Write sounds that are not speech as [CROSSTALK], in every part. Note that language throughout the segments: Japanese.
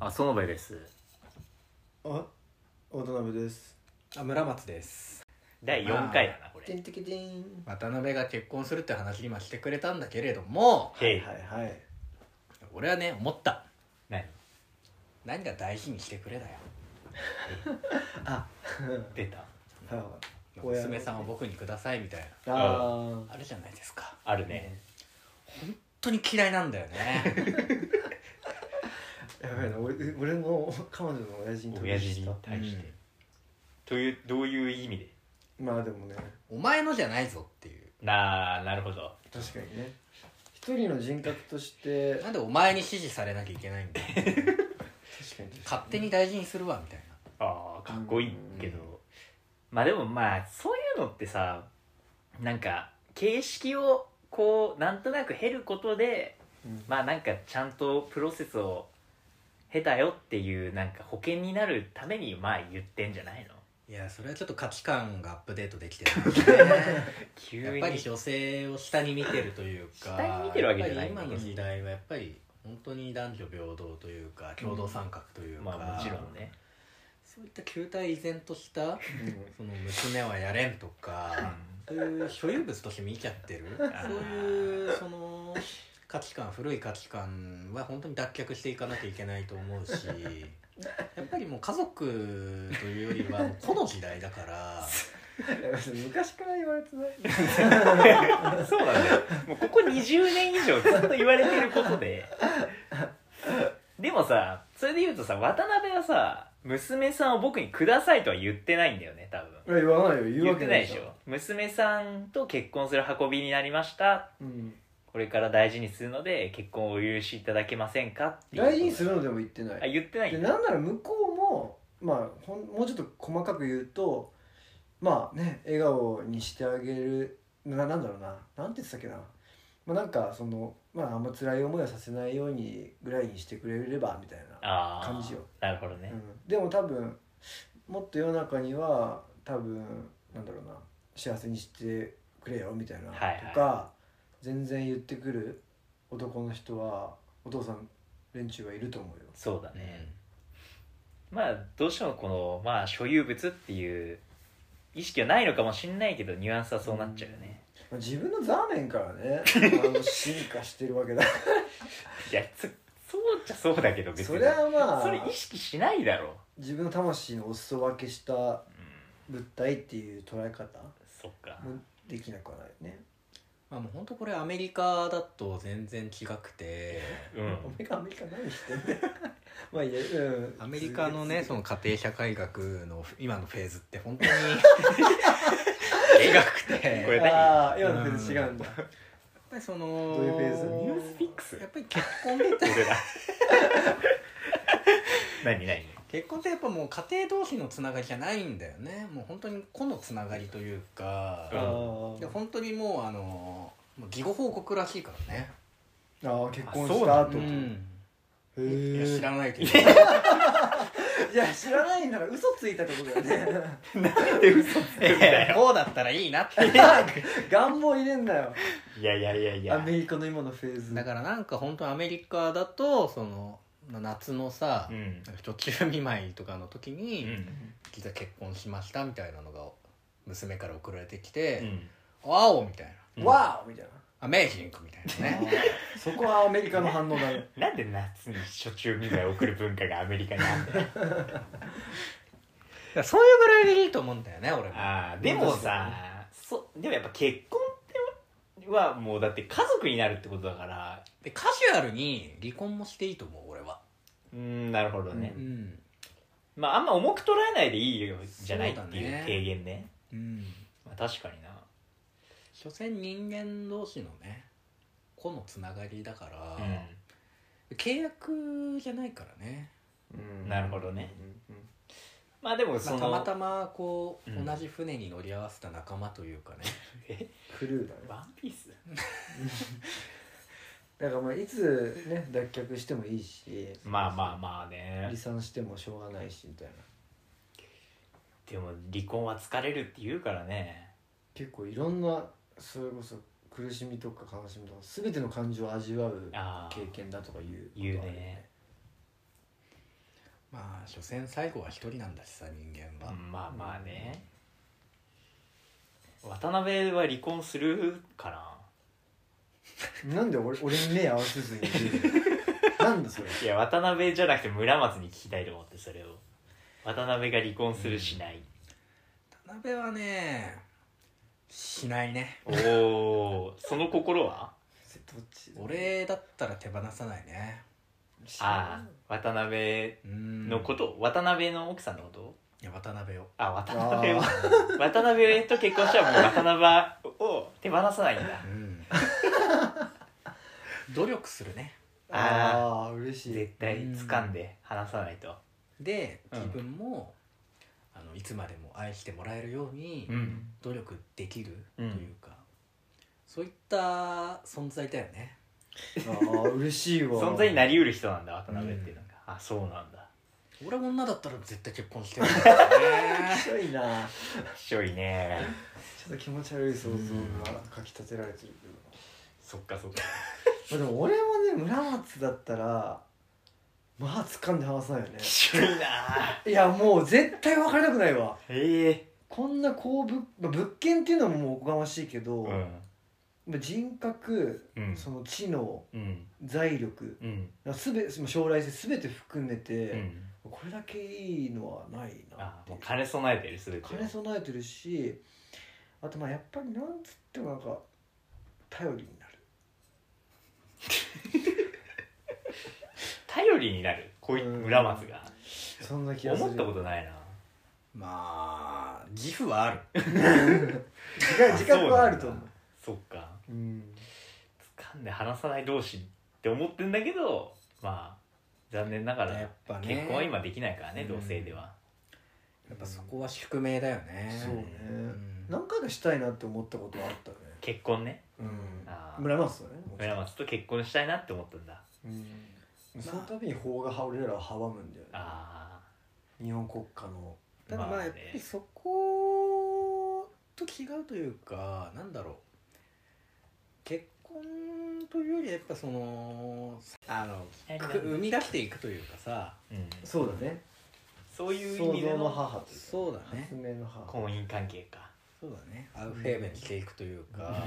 あ、園部です。あ、渡辺です。あ村松です第4回だな、こてれ。んてけてん。渡辺が結婚するって話今してくれたんだけれどもへい。はいはい。俺はね思った何何が大事にしてくれだよあ、出たはいはい。親の娘さんを僕にくださいみたいあなあるじゃないですかあるね。本当に嫌いなんだよねあ。やばいな、俺、俺の [LAUGHS] 彼女の親父に親取り父しにた。対して。うんという、どういう意味でまあでもね、お前のじゃないぞっていうなあ、なるほど。確かにね。一人の人格として、なんでお前に指示されなきゃいけないんだよ確かに。勝手に大事にするわみたいなああ、かっこいいけど。まあでもまあ、そういうのってさ、なんか、形式をこう、なんとなく経ることで、うんまあなんかちゃんとプロセスを経たよっていう、なんか保険になるために、まあ言ってんじゃないのいやそれはちょっと価値観がアップデートできてない [LAUGHS] ね急に。やっぱり女性を下に見てるというか下に見てるわけじゃないんやっだぱけりど今の時代はやっぱり本当に男女平等というか共同参画というか、まあもちろんね。そういった球体依然としたうん [LAUGHS] その娘はやれんとうんか、そういう所有物として見ちゃってるーそういうその価値観古い価値観は本当に脱却していかなきゃいけないと思 [LAUGHS] うしやっぱりもう家族というよりはもうこの時代だからいや昔から言われてない。そうなんだよもうここ20年以上ずっと言われてることででもさそれで言うとさ渡辺はさ娘さんを僕にくださいとは言ってないんだよね多分いや言わないよ、言う言わっけてなないいでしょ。娘さんと結婚する運びになりましたうん。これから大事にするので結婚をお許しいただけませんかっていう大事にするのでも言ってないあ。言ってないでんだなんなら向こうもまあほんもうちょっと細かく言うとまあね笑顔にしてあげるななんだろうななんて言ってたっけな、まあ、なんかその、まあ、あんま辛い思いはさせないようにぐらいにしてくれればみたいな、ああ感じよなるほどね、うん、でも多分もっと世の中には多分なんだろうな幸せにしてくれよみたいな、はいはいとか全然言ってくる男の人はお父さん連中はいると思うよ。そうだね、まあどうしてもこの、まあ、所有物っていう意識はないのかもしれないけどニュアンスはそうなっちゃうよね、まあ自分のザーメンからねあの進化してるわ [LAUGHS] けだいやそそうじゃそうだけど別そにれはまそれあ意識しないだろ自分の魂のお裾分けしたう、物体っていう捉え方そっかもできなくはないねまあもう本当これアメリカだと全然違くてうん、アメリカアメリカ何してんだよ [LAUGHS] まあいいやうんアメリカのねその家庭社会学の今のフェーズって本当に [LAUGHS] 違くてこれ何ああ今のフェーズ違うんだやっぱりそのどういうフェーズニュースピックスやっぱり結婚で俺ら何何 [LAUGHS] 結婚ってやっぱもう家庭同士のつながりじゃないんだよねもう本当に個のつながりというかうん、であ本当にもうあのもう事後報告らしいからねあああ結婚あそしうなたん後だへんいやえ知らないけどいや知らないんだから嘘ついたってことだよねなんで嘘つくんだよこうだったらいいなって [LAUGHS] 願望入れんなよいやいやいやいアやメリカの今のフェーズだからなんか本当アメリカだとその夏のさ、うんなんか途中見舞いとかの時うに、ん実は結婚しましたみたいなのが娘から送られてきうてん「ワオ!」みたいなうんわーみたいな「アメージング」みたいなねあーそこはアメリカの反応だねなんで夏に初中見舞いを送る文化がアメリカにあんだよだからそういうぐらいでいいと思うんだよね俺もあーでもさそでもやっぱ結婚ってはもうだって家族になるってことだからでカジュアルに離婚もしていいと思う俺はうーんなるほどね、ううんまああんま重く捉えないでいいよじゃないっていうそうだね提言ねうんまあ、確かにな所詮人間同士のね個のつながりだから、契約じゃないからね、うんなるほどねうんうんまあでもまそあ、の、たまたまこう、うん同じ船に乗り合わせた仲間というかねえクルーだねワンピースだからまあいつね脱却してもいいしまあまあまあね離散してもしょうがないしみたいなでも離婚は疲れるって言うからね結構いろんなそれこそ苦しみとか悲しみとか全ての感情を味わうああ経験だとかいう言うことあるよねあ所詮最後は一人なんだしさ人間は、まあまあね渡辺は離婚するかななんで俺俺に目合わせずに言う [LAUGHS] のなんだそれいや渡辺じゃなくて村松に聞きたいと思ってそれを渡辺が離婚するしない、田辺はねしないねおおその心はどっち俺だったら手放さないねああ渡辺うんのこと、渡辺の奥さんのこといや渡辺をあ渡あ辺を [LAUGHS] 渡辺と結婚したらもう渡辺を手放さないんだうん [LAUGHS] 努力するねーあー嬉しい絶対掴んで離さないとでうん自分も、あのいつまでも愛してもらえるようにん努力できるとういんうか、そういった存在だよねあー嬉しいわ存在になりうる人なんだ渡辺っていうのが、あそうなんだ俺女だったら絶対結婚してるんだよねひどいなひどいねちょっと気持ち悪い想像がかきたてられてるけどそっかそっかまあ、でも俺もね村松だったらまあ掴んで離さないよねひどいないやもう絶対別れたくないわええこんな高物、まあ、物件っていうのももうおこがましいけど、うまんあ人格うんその知能うん財力うんすべ将来性全て含めて、うんこれだけいいのはないなあっていもうう兼ね備えてるすべてを兼ね備えてるしあとまあやっぱりなんつってもなんか頼りになる頼りになるこういうん村松がそんな気がする [LAUGHS] 思ったことないな [LAUGHS] まあ自負はある自覚自覚はあると思うそっかうん掴んで離さない同士って思ってんだけどまあ残念ながらやっぱね結婚は今できないからね、うん同性ではやっぱそこは宿命だよねそうねん何回かしたいなって思ったことはあったね結婚ねうんあー村松だね村松と結婚したいなって思ったんだうんその度に法が俺らは阻むんだよねあ日本国家のただままああねやっぱりそこと違うというかなんだろう結婚というよりやっぱそのあのあく生み出していくというかさうん、そうだねそういう意想味で像のの母というかそうだね発明の母婚姻関係かそうだねアウフェーベンしていくというか、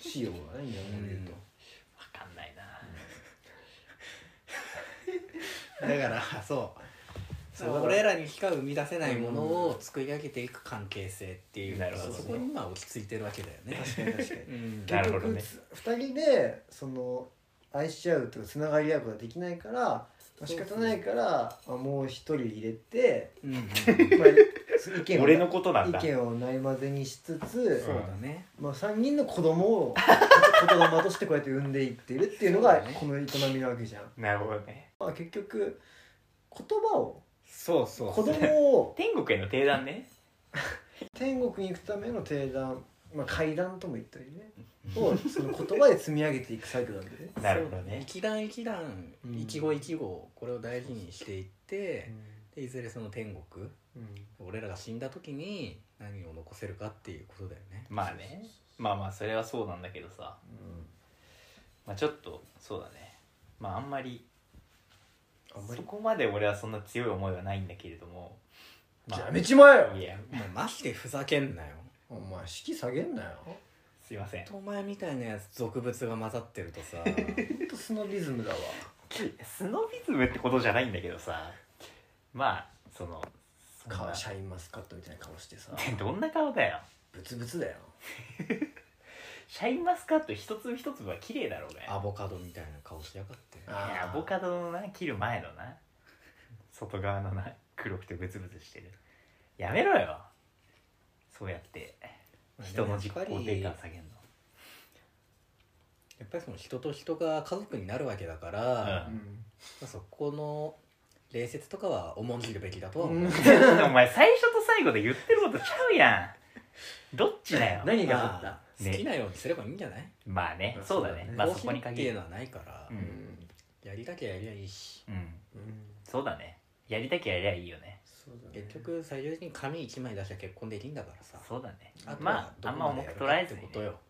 仕様がね日本語で言うと分かんないなだ [LAUGHS] からそうそうだ俺らにしか生み出せないものを作り上げていく関係性っていうかなるほどそこに今落ち着いてるわけだよね、 [LAUGHS] 確かに確かにうんなるほどね結局2人でその愛し合うとかつながり合うことができないから、まあ、仕方ないから、まあ、もう一人入れ [LAUGHS] て、うんうんまあ、意見を俺のことなんだ意見をないまぜにしつつ、そうだねまあ、3人の子供を言霊としてこうやって産んでいってるっていうのそがうだねこの営みなわけじゃん、なるほどねまあ、結局言葉をそうそう子供を天国への定談ね天国に行くための提談、まあ、階段とも言ったりねをその言葉で積み上げていくサイクルなんだよね、なるほどねそうだ一段一段うん一期一期これを大事にしていって、うでいずれその天国んうん俺らが死んだ時に何を残せるかっていうことだよねまあねまあまあそれはそうなんだけどさまあちょっとそうだねまああんまりあんまりそこまで俺はそんな強い思いはないんだけれども、まあやめちまえよいやもうマジでふざけんなよお前式下げんなよすいませんお前みたいなやつ俗物が混ざってるとさ [LAUGHS] ほんとスノビズムだわスノビズムってことじゃないんだけどさまあそのそんな顔シャインマスカットみたいな顔してさ [LAUGHS] どんな顔だよブツブツだよシャインマスカット一粒一粒は綺麗だろうねアボカドみたいな顔しやがっていやアボカドのな切る前のな外側のな黒くてブツブツしてるやめろよそうやって人の自己肯定やっ感ぱ下げんのりやっぱりその人と人が家族になるわけだから、ううんんまあ、そこの礼節とかは重んじるべきだとは思う、 [LAUGHS] お前最初と最後で言ってることちゃうやんどっちだよ何があまっあたね好きなようにすればいいんじゃない、まあねうんそうだそねうだねまあ高そこに品ってい限うるのはないから、うんやりたきゃやりゃいいしうんうんそうだねやりたきゃやりゃいいよねそうだね結局最終的に紙一枚出しゃ結婚できんだからさそうだねあとはまあどあこんま重でやくる捉かえっずてにことよ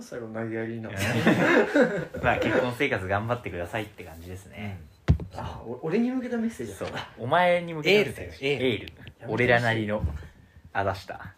最後投げやりなの [LAUGHS] まあ結婚生活頑張ってくださいって感じですね、うん多分あお俺に向けたメッセージだそうお前に向けたメッセエールだよエールエール俺らなりのあ出した